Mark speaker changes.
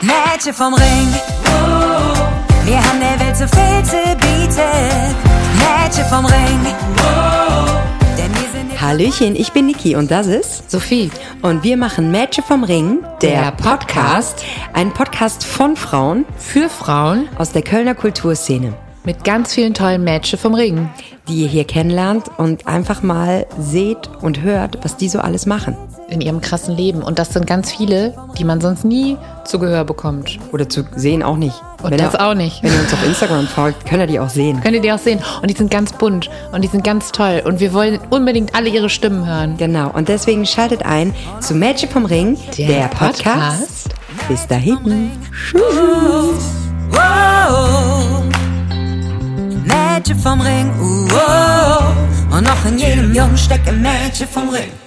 Speaker 1: Mädchen vom Ring. Wir haben der Welt so viel zu bieten. Mädchen vom Ring. Denn wir sind
Speaker 2: Hallöchen, ich bin Niki und das ist
Speaker 3: Sophie,
Speaker 2: und wir machen Mädchen vom Ring, der,
Speaker 3: Der Podcast.
Speaker 2: Podcast, ein Podcast von Frauen
Speaker 3: für Frauen
Speaker 2: aus der Kölner Kulturszene,
Speaker 3: mit ganz vielen tollen Matches vom Ring.
Speaker 2: die ihr hier kennenlernt und einfach mal seht und hört, was die so alles machen
Speaker 3: In ihrem krassen Leben. Und das sind ganz viele, die man sonst nie zu Gehör bekommt.
Speaker 2: oder zu sehen auch nicht.
Speaker 3: Und das auch nicht.
Speaker 2: Wenn ihr uns auf Instagram folgt, könnt ihr die auch sehen.
Speaker 3: Könnt ihr die auch sehen. Und die sind ganz bunt. Und die sind ganz toll. Und wir wollen unbedingt alle ihre Stimmen hören.
Speaker 2: Genau, und deswegen schaltet ein zu Mädchen vom Ring, der,
Speaker 3: Der
Speaker 2: Podcast.
Speaker 3: Podcast.
Speaker 2: Bis dahin.
Speaker 1: Wow. Oh, Mädchen vom Ring. Uh, wow. Und noch in jedem Jungen steckt ein Mädchen vom Ring.